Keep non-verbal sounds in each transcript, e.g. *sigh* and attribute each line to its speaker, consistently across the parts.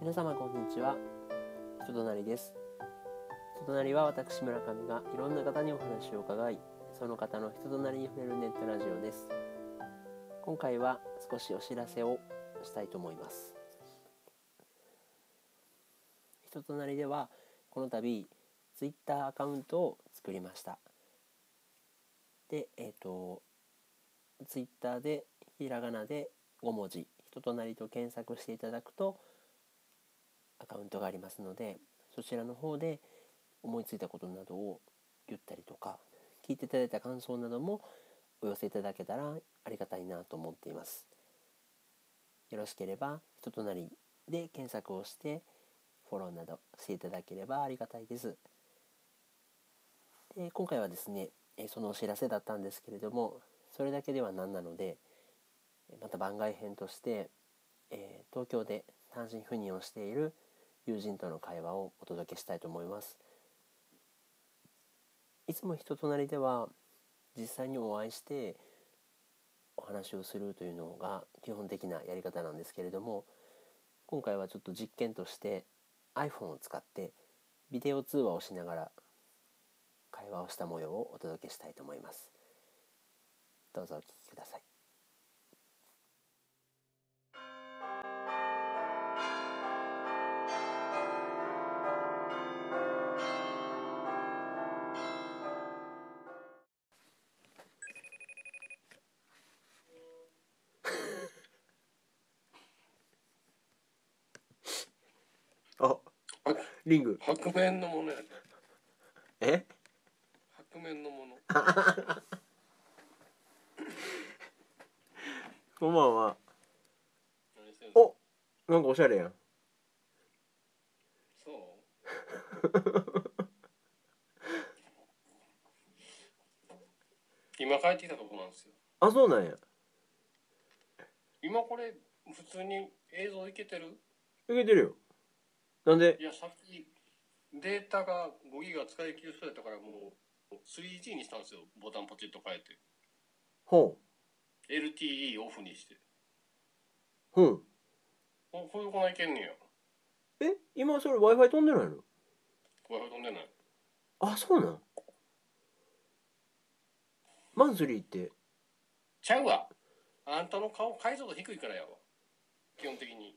Speaker 1: 皆様こんにちは人となりです人となりは私村上がいろんな方にお話を伺いその方の人となりに触れるネットラジオです今回は少しお知らせをしたいと思います人となりではこの度ツイッターアカウントを作りましたでえっ、とツイッターでひらがなで5文字人となりと検索していただくとアカウントがありますのでそちらの方で思いついたことなどを言ったりとか聞いていただいた感想などもお寄せいただけたらありがたいなと思っていますよろしければ人となりで検索をしてフォローなどしていただければありがたいですで今回はですねえーそのお知らせだったんですけれどもそれだけではなんなのでえーまた番外編として、えー東京で単身赴任をしている友人との会話をお届けしたいと思いますいつも人となりでは実際にお会いしてお話をするというのが基本的なやり方なんですけれども今回はちょっと実験として iPhone を使ってビデオ通話をしながら会話をした模様をお届けしたいと思いますどうぞお聞きくださいあリング
Speaker 2: 白面のものやね
Speaker 1: え
Speaker 2: 白面のもの
Speaker 1: こんばんは
Speaker 2: 何してんの
Speaker 1: おなんかおしゃれやん
Speaker 2: そう今帰ってきたとこなんですよ
Speaker 1: あそうなんや
Speaker 2: 今これ普通に映像いけてる
Speaker 1: いけてるよなんで
Speaker 2: いやさっきデータが5ギガ使い切る人やったからもう 3G にしたんですよボタンポチッと変えて
Speaker 1: ほ
Speaker 2: LTE オフにして
Speaker 1: ううん
Speaker 2: おこういう子がいけんねや
Speaker 1: え今それ w i f i 飛んでないの
Speaker 2: これ飛んでない
Speaker 1: あそうなんマンスリーって
Speaker 2: ちゃうわあんたの顔解像度低いからやわ基本的に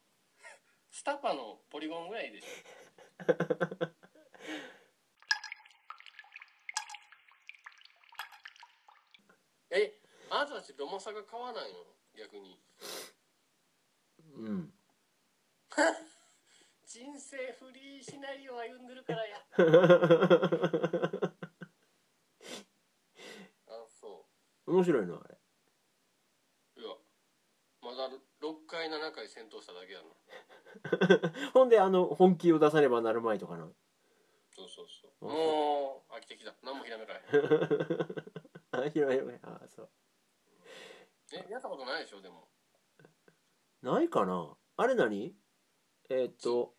Speaker 2: *laughs* スタパのポリゴンぐらいでしょ *laughs* えあなたたちロマサが買わないの逆に
Speaker 1: うん *laughs*
Speaker 2: 人生フリーシナリオ歩んでるからや *laughs* あそ
Speaker 1: 面白いなあれ
Speaker 2: ういやまだ6回7回戦闘しただけやな
Speaker 1: ほんであの本気を出さねばなるまいとかな *laughs*
Speaker 2: そうそうそ
Speaker 1: あ
Speaker 2: うもう飽きてきた何もひらめかへん
Speaker 1: あ広い広いあそう
Speaker 2: えやったことないでしょでも
Speaker 1: ないかなあれ何えーっと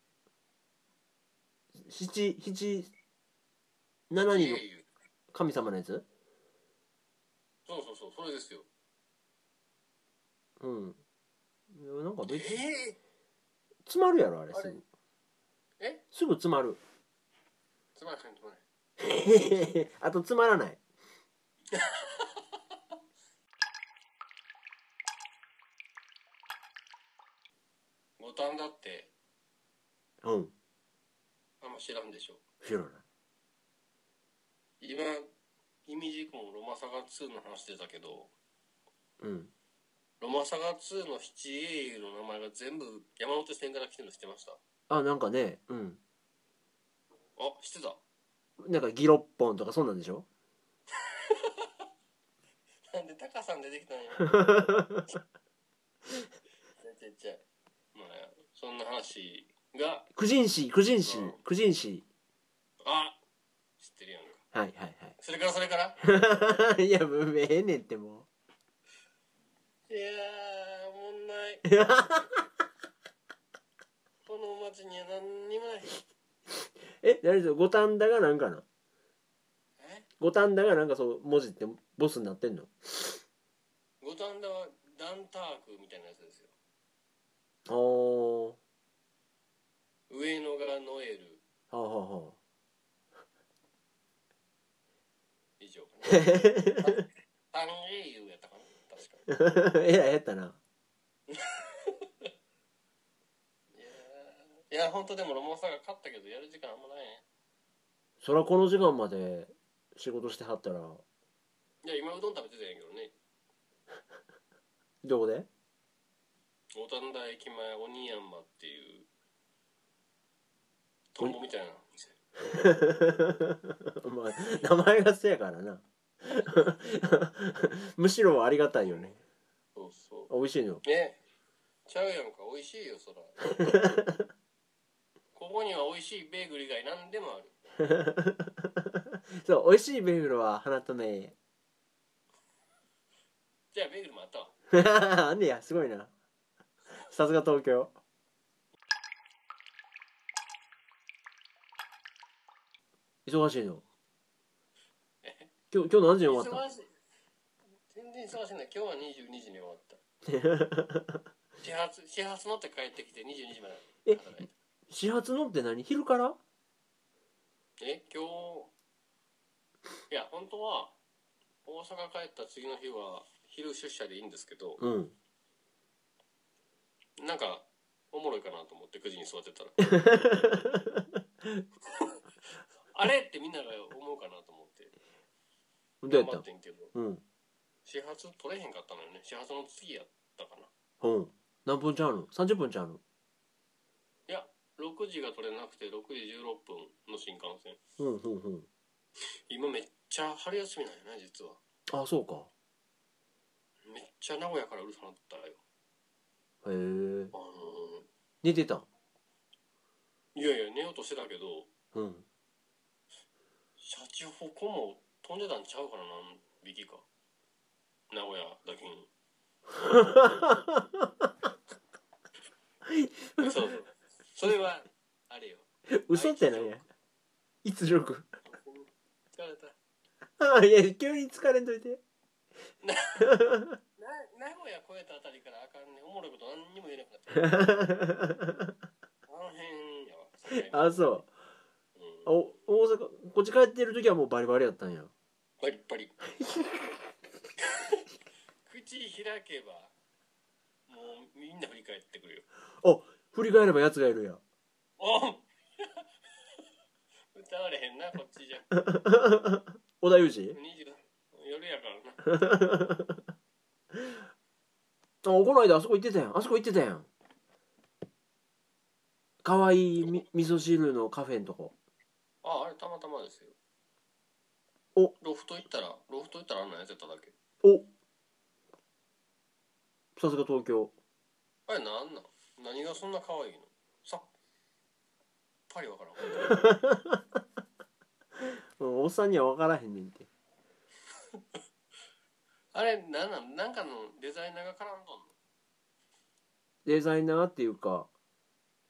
Speaker 1: 七七七人の
Speaker 2: 英雄
Speaker 1: 神様のやつ
Speaker 2: そうそうそうそれですよ
Speaker 1: うんいやなんか別に
Speaker 2: え
Speaker 1: 詰まるやろあれ
Speaker 2: あ
Speaker 1: す
Speaker 2: れ
Speaker 1: ぐ
Speaker 2: え
Speaker 1: すぐ詰まる *laughs*
Speaker 2: つまらへんつまらへん
Speaker 1: あと詰まらない
Speaker 2: 五反田って
Speaker 1: うん
Speaker 2: あんま知らんでしょ
Speaker 1: 知らない
Speaker 2: 今イミジ君ロマサガ2の話出たけど
Speaker 1: うん
Speaker 2: ロマサガ2の七英雄の名前が全部山手線から来てるの知ってました
Speaker 1: あなんかねうん
Speaker 2: あ知ってた *laughs*
Speaker 1: なんかギロッポンとかそうなんでしょ *laughs*
Speaker 2: なんでタカさん出てきたんやちっちゃいまあそんな話が
Speaker 1: 九人士九人士
Speaker 2: うん
Speaker 1: 九人士
Speaker 2: あ知ってるやんか
Speaker 1: はいはい
Speaker 2: それからそれから
Speaker 1: はい *laughs* いやもうええねんっても
Speaker 2: いやー、おもんない。この町には何にもな
Speaker 1: *laughs*
Speaker 2: い。
Speaker 1: うえ
Speaker 3: え誰ですよ五反田がなんかな
Speaker 2: え
Speaker 3: 五反田がなんかそう文字ってボスになってんの
Speaker 2: 五反田はダンタークみたいなやつですよ
Speaker 3: ああは
Speaker 2: 上野がノエル
Speaker 3: あはあはあ
Speaker 2: 以上かな三英雄やったかな確か
Speaker 1: *laughs*
Speaker 2: に
Speaker 3: えらい減ったな。
Speaker 2: いや本当でもロモンサが勝ったけどやる時間あんまないね
Speaker 3: そらこの時間まで仕事してはったら、
Speaker 2: いや今うどん食べてたんやけどね
Speaker 3: どこで *laughs*
Speaker 2: 五反田駅前オニヤンマっていうトンボみたいな店
Speaker 3: まあ、名前がせやからな。 *laughs* むしろありがたいよね。
Speaker 2: そうそ
Speaker 3: 美味しいの。
Speaker 2: うねちゃうやんか美味しいよそらここには美味しいベーグル以外何でもある
Speaker 3: そう、美味しいベーグルは花と *laughs* め。
Speaker 2: じゃあベーグルもあったわ
Speaker 3: あんねや、すごいな。さすが東京。忙しいの。今日、今日何時に終わった
Speaker 2: 忙しい全然忙しいない今日は22時に終わった
Speaker 3: *laughs*
Speaker 2: 始発始発乗って帰ってきて22時まで働いた
Speaker 3: 始発のって何昼から
Speaker 2: え今日いや本当は大阪帰った次の日は昼出社でいいんですけど
Speaker 3: うん。
Speaker 2: なんかおもろいかなと思って9時に座ってた
Speaker 3: *laughs*
Speaker 2: らあれってみんなが思うかなと思って
Speaker 3: どうや
Speaker 2: 頑
Speaker 3: った
Speaker 2: 張っ
Speaker 3: ん
Speaker 2: てんけど
Speaker 3: うん。
Speaker 2: 始発取れへんかったのよね始発の次やったかな
Speaker 3: うん。何分ちゃうの ?30 分ちゃうの
Speaker 2: いや6時が取れなくて6時16分の新幹線
Speaker 3: うんうんうん。
Speaker 2: 今めっちゃ春休みなんやな実は
Speaker 3: あ、そうか。
Speaker 2: めっちゃ名古屋からうるさなったよ
Speaker 3: へえ。
Speaker 2: あの
Speaker 3: 寝てたん
Speaker 2: ーいやいや寝ようとしてたけど
Speaker 3: うん。
Speaker 2: シャチホコも飛んでたんちゃうから何匹か名古屋だけ
Speaker 3: *laughs*
Speaker 2: にそうそうそれはあれよ
Speaker 3: *laughs* *laughs* 嘘って何やいつ力
Speaker 2: 疲れた
Speaker 3: あ *laughs* いや、急に疲れんといて。
Speaker 2: な名古屋越えたあたりからあかんねおもろいこと何にも言えなくな
Speaker 3: *laughs*
Speaker 2: ったあの辺やわ
Speaker 3: *laughs*
Speaker 2: 境
Speaker 3: *laughs* あ、そう。
Speaker 2: 目うん
Speaker 3: あお、大阪、こっち帰ってる時はもうバリバリやったんや。
Speaker 2: バリッバリ口開けばもうみんな振り返ってくるよ
Speaker 3: 振り返れば奴がいるやん。
Speaker 2: おん *laughs* 歌われへんなこっちじゃ
Speaker 3: 小田裕
Speaker 2: 20夜やからな
Speaker 3: 二あ、この間あそこ行ってたやん。あそこ行ってたやん。かわいいみ味噌汁のカフェんとこ。
Speaker 2: ああれたまたまですよ
Speaker 3: お
Speaker 2: ロフト行ったらロフト行ったらあんなんやってただけ
Speaker 3: おさすが東京。
Speaker 2: あれなんなん何がそんな可愛いのさっぱりわからん
Speaker 3: うん、おっさんには分からへんねんて。
Speaker 2: あれなんなんなんかのデザイナーが絡んどんの
Speaker 3: デザイナーっていうか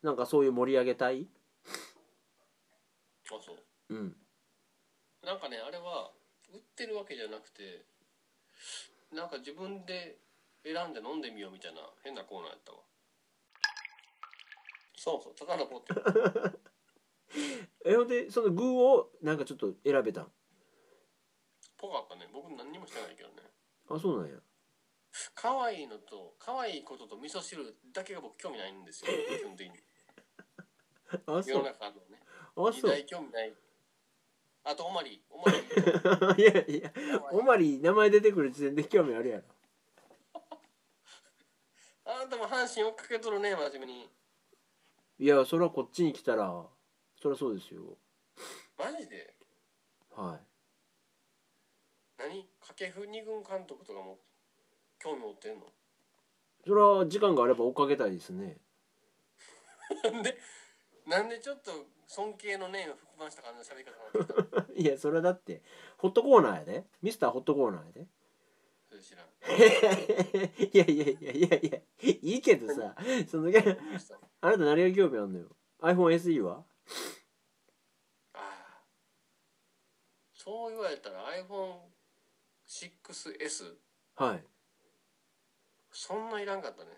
Speaker 3: なんかそういう盛り上げたい
Speaker 2: あそう
Speaker 3: うん
Speaker 2: なんかねあれは売ってるわけじゃなくてなんか自分で選んで飲んでみようみたいな変なコーナーやったわそうそうただのポテト
Speaker 3: えほんでその具をなんかちょっと選べたん
Speaker 2: ぽかったね僕何にもしてないけどね
Speaker 3: あそうなんや
Speaker 2: 可愛いのと可愛いことと味噌汁だけが僕興味ないんです
Speaker 3: *laughs*
Speaker 2: よ基本的に
Speaker 3: *laughs* あ
Speaker 2: 世
Speaker 3: そ
Speaker 2: の
Speaker 3: う
Speaker 2: 中のね
Speaker 3: あ
Speaker 2: 二
Speaker 3: そう
Speaker 2: 大興味ないあとオマリーオマリー
Speaker 3: いや *laughs* いやおまり名前出てくる時点で興味あるやろ
Speaker 2: あんたも阪神追っかけとるね真面目に
Speaker 3: いやそらこっちに来たらそりゃそうですよ
Speaker 2: マジで
Speaker 3: は
Speaker 2: 何掛布二軍監督とかも興味持ってんの
Speaker 3: いそら時間があれば追っかけたいですね *laughs*
Speaker 2: なん *laughs* で、なんでちょっと尊敬の念を含ました感じの喋り方になってきたの
Speaker 3: いやそれだってホットコーナーやでミスターホットコーナーやで *laughs*
Speaker 2: それ知らん。
Speaker 3: いやいやいやいやいやいいけどさ *laughs* そのあなた何が興味あんのよ iPhoneSE は
Speaker 2: そう言われたら iPhone6S
Speaker 3: はい
Speaker 2: そんないらんかったね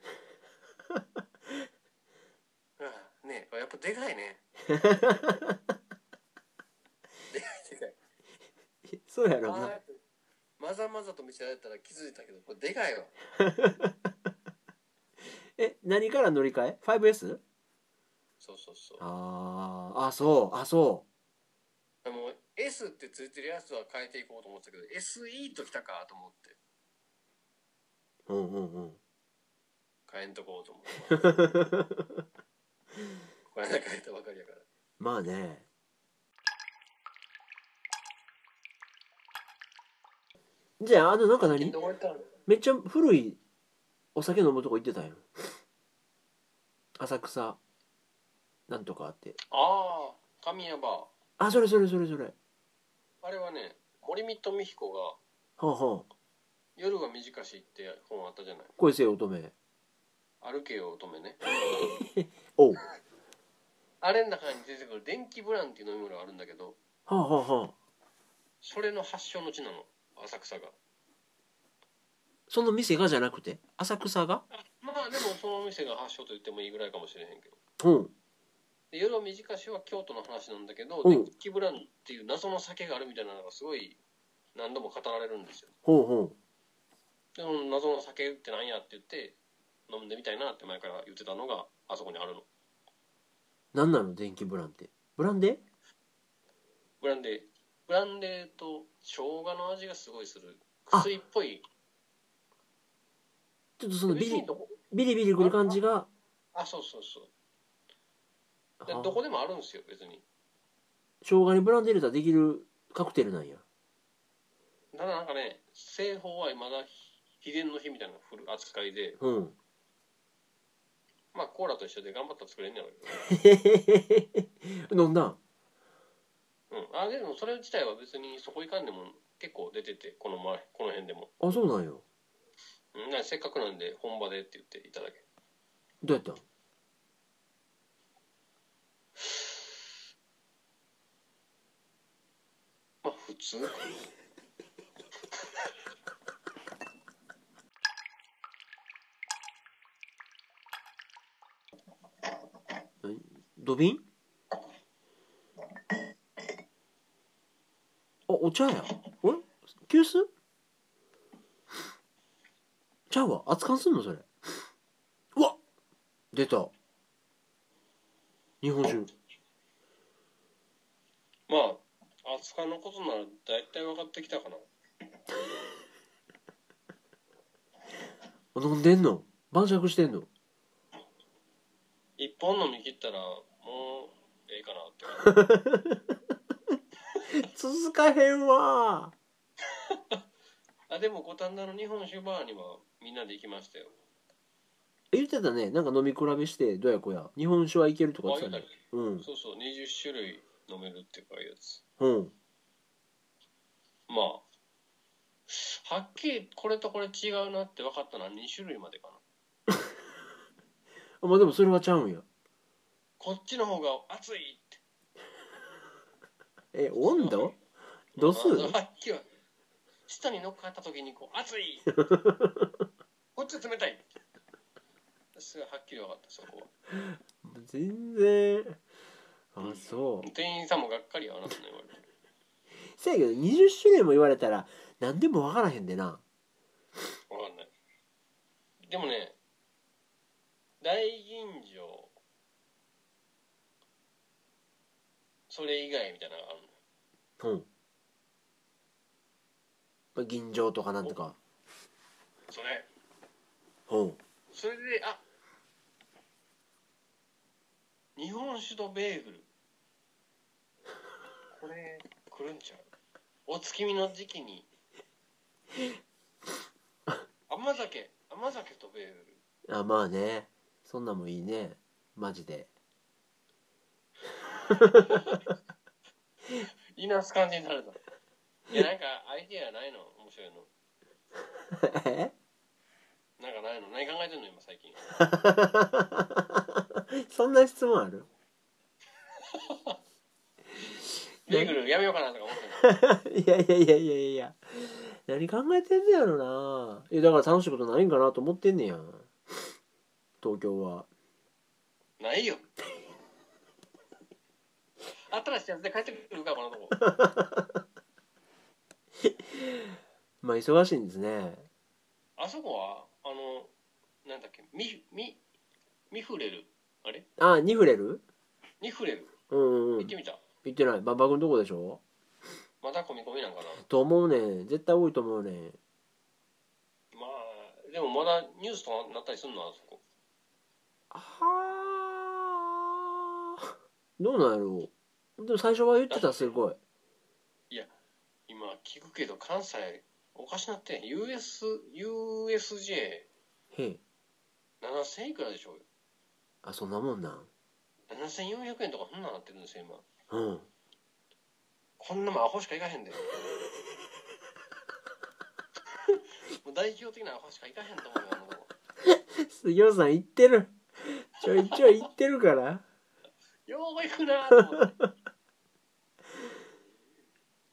Speaker 2: うんねえやっぱでかいねでかいでかい
Speaker 3: そうやろ
Speaker 2: あ
Speaker 3: な
Speaker 2: ーまざまざと見せられたら気づいたけどこれでかいわ
Speaker 3: え何から乗り換え 5S?
Speaker 2: そうそうそう
Speaker 3: あーあそうあそ
Speaker 2: あの S ってついてるやつは変えていこうと思ってたけど SE ときたかと思って
Speaker 3: ううんうんうん
Speaker 2: 変えんとこうと思ってこれ間変えたばかりやから
Speaker 3: まあねじゃああのなんか何
Speaker 2: どこ行ったの
Speaker 3: めっちゃ古いお酒飲むとこ行ってたんよ浅草なんとかあって
Speaker 2: ああ神谷バー
Speaker 3: あそれそれそれそれ
Speaker 2: あれはね森光富彦が
Speaker 3: ほうほう
Speaker 2: 「夜は短し」って本あったじゃない
Speaker 3: 恋せよ乙女
Speaker 2: 「歩けよ乙女ね」
Speaker 3: *laughs* おう
Speaker 2: あれの中に出てくる電気ブランっていう飲み物があるんだけど
Speaker 3: はあはあはあ
Speaker 2: それの発祥の地なの浅草が
Speaker 3: その店がじゃなくて浅草が
Speaker 2: まあでもそのお店が発祥と言ってもいいぐらいかもしれへんけど
Speaker 3: うん
Speaker 2: で夜は短しは京都の話なんだけど、
Speaker 3: うん
Speaker 2: 電気ブランっていう謎の酒があるみたいなのがすごい何度も語られるんですよ
Speaker 3: ほうほ
Speaker 2: でその謎の酒ってなんやって言って飲んでみたいなって前から言ってたのがあそこにあるの
Speaker 3: うなんなの電気ブランってブランデー
Speaker 2: ブランデーブランデーと生姜の味がすごいする
Speaker 3: あ
Speaker 2: 薬っぽい
Speaker 3: ちょっとそのビ
Speaker 2: 別
Speaker 3: リ
Speaker 2: にどこ
Speaker 3: ビリビリくる感じが
Speaker 2: あそうそうそうで
Speaker 3: はあ
Speaker 2: どこでもあるんですよ別に
Speaker 3: 生姜にブランデー入れたらできるカクテルなんや
Speaker 2: ただなんかね製法はまだ秘伝の日みたいな古扱いで
Speaker 3: *laughs* うん
Speaker 2: まあコーラと一緒で頑張ったら作れんねやろうけど
Speaker 3: 飲んだん
Speaker 2: うん、あでもそれ自体は別にそこいかんでも結構出ててこの前この辺でも、
Speaker 3: あそうなんよ
Speaker 2: うん、なんかせっかくなんで本場でって言っていただけ
Speaker 3: どうやったん
Speaker 2: まあ普通か
Speaker 3: 土瓶あお茶やあれ急須ちゃうわ熱燗すんのそれうわ出た日本酒
Speaker 2: まあ扱いのことなら大体分かってきたかな
Speaker 3: あ飲んでんの晩酌してんの
Speaker 2: 一本飲み切ったらもうええかなって感
Speaker 3: 続かへんわ
Speaker 2: じあでも五反田の日本酒バーにはみんなで行きましたよ
Speaker 3: 言ってたねなんか飲み比べしてどうやこうや日本酒はいけるとか言ってたねうん
Speaker 2: そうそう20種類飲めるっていうかいうやつ
Speaker 3: うん
Speaker 2: まあはっきりこれとこれ違うなって分かったのは2種類までかな
Speaker 3: あまあでもそれはちゃうんや
Speaker 2: こっちの方が熱いって
Speaker 3: え温度度数
Speaker 2: あはっきりは下に乗っかった時にこう熱いこっちは冷たいすごいはっきり分かったそこは
Speaker 3: 全然あそう
Speaker 2: 店員さんもがっかりやわなそんな言われて
Speaker 3: せやけど20種類も言われたら何でも分からへんでな
Speaker 2: 分かんないでもね大吟醸それ以外みたいなのがある
Speaker 3: う
Speaker 2: の
Speaker 3: んまあ吟醸とかなんとか
Speaker 2: それ
Speaker 3: うん
Speaker 2: それであ日本酒とベーグルこれ来るんちゃうお月見の時期に甘酒甘酒とベーグル
Speaker 3: あまあねそんなんもいいねマジで
Speaker 2: いいなす感じになるぞいやなんかアイディアないの面白いの
Speaker 3: え *laughs*
Speaker 2: なんかないの何考えてんの今最近
Speaker 3: そんな質問ある
Speaker 2: ベーグルやめようかなとか思ってんの
Speaker 3: *laughs* いやいやいやいやいや何考えてんだやろなえだから楽しいことないんかなと思ってんねや東京は
Speaker 2: ないよ。新しいやつで帰ってくるか、このとこ。
Speaker 3: まあ忙しいんですね
Speaker 2: あそこは、あの、なんだっけ、ミ、ミ、ミフレル。あれ
Speaker 3: あニフレル
Speaker 2: ミフレル。
Speaker 3: うんうんう
Speaker 2: 行
Speaker 3: ん
Speaker 2: ってみた。
Speaker 3: 行ってない万博のとこでしょ
Speaker 2: また込み込みなんかな。
Speaker 3: と思うねん絶対多いと思うねん
Speaker 2: まあ、でもまだニュースとなったりすんの、あそこ。
Speaker 3: はあどうなんやろうでも最初は言ってたすごい
Speaker 2: 今、聞くけど、関西、おかしなってん、US、USJ、
Speaker 3: へえ
Speaker 2: 7000いくらでしょうよ。
Speaker 3: あそんなもんなん
Speaker 2: 7400円とかそんなんなってるんですよ、今。
Speaker 3: うん *laughs*
Speaker 2: こんなもんアホしか行かへんで。もう代表的なアホしか行かへんと思うよ、あのとこ。
Speaker 3: 杉尾さん行ってるちょいちょい行ってるから
Speaker 2: よう行くなと思って。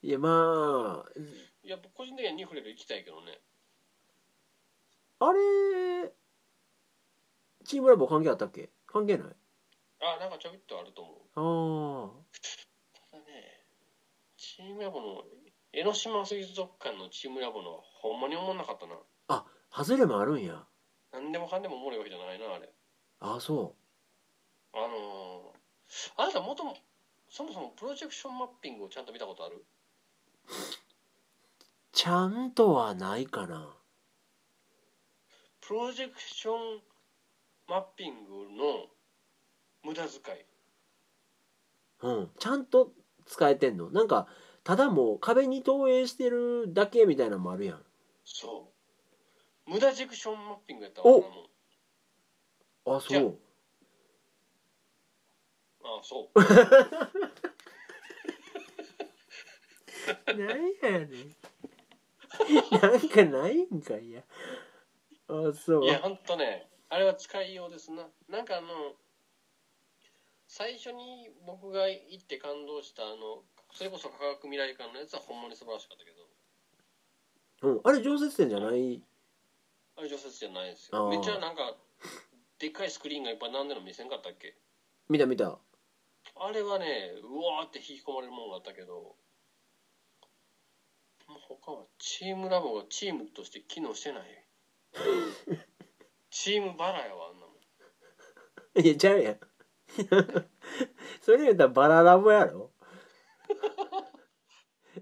Speaker 3: いやま
Speaker 2: いや、僕個人的にはニフレル行きたいけどね。
Speaker 3: ああれチームラボ関係あったっけ関係ない
Speaker 2: あ、なんかちょびっとあると思う。
Speaker 3: ああ
Speaker 2: ただね、チームラボの、江ノ島水族館のチームラボのはほんまに思わなかったな。
Speaker 3: 外れもあるんや
Speaker 2: なんでもかんでも思うわけじゃないな、あれ。
Speaker 3: ああそ
Speaker 2: あのー、あなた元も、そもそもプロジェクションマッピングをちゃんと見たことある
Speaker 3: うちゃんとはないかな
Speaker 2: プロジェクションマッピングの無駄遣い。
Speaker 3: うんちゃんと使えてんのなんかただもう壁に投影してるだけみたいなのもあるやん
Speaker 2: そう。無駄ジェクションマッピングやったわ、
Speaker 3: お
Speaker 2: あんなもん
Speaker 3: あ
Speaker 2: じゃ
Speaker 3: そう
Speaker 2: ああ、そう。
Speaker 3: なんやねんなんかないんかいやあそう
Speaker 2: いや、ほんとね、あれは使いようですな。なんかあの、最初に僕が行って感動した、あの、それこそ科学未来館のやつはほんまに素晴らしかったけど、
Speaker 3: うん、あれ常設展じゃない
Speaker 2: あれ常設じゃないです
Speaker 3: あ
Speaker 2: よ。
Speaker 3: ー
Speaker 2: めっちゃなんか、でっかいスクリーンがいっぱいなんでるの見せんかったっけ
Speaker 3: 見た見た
Speaker 2: あれはね、うわーって引き込まれるものがあったけど、もう他はチームラボがチームとして機
Speaker 3: *laughs*
Speaker 2: 能してない。チームバラやわ、あんなもん。
Speaker 3: いやちゃうやん *laughs* それ言うたらバララボやろ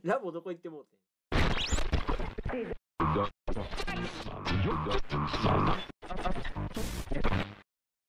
Speaker 3: ラボどこ行ってもうて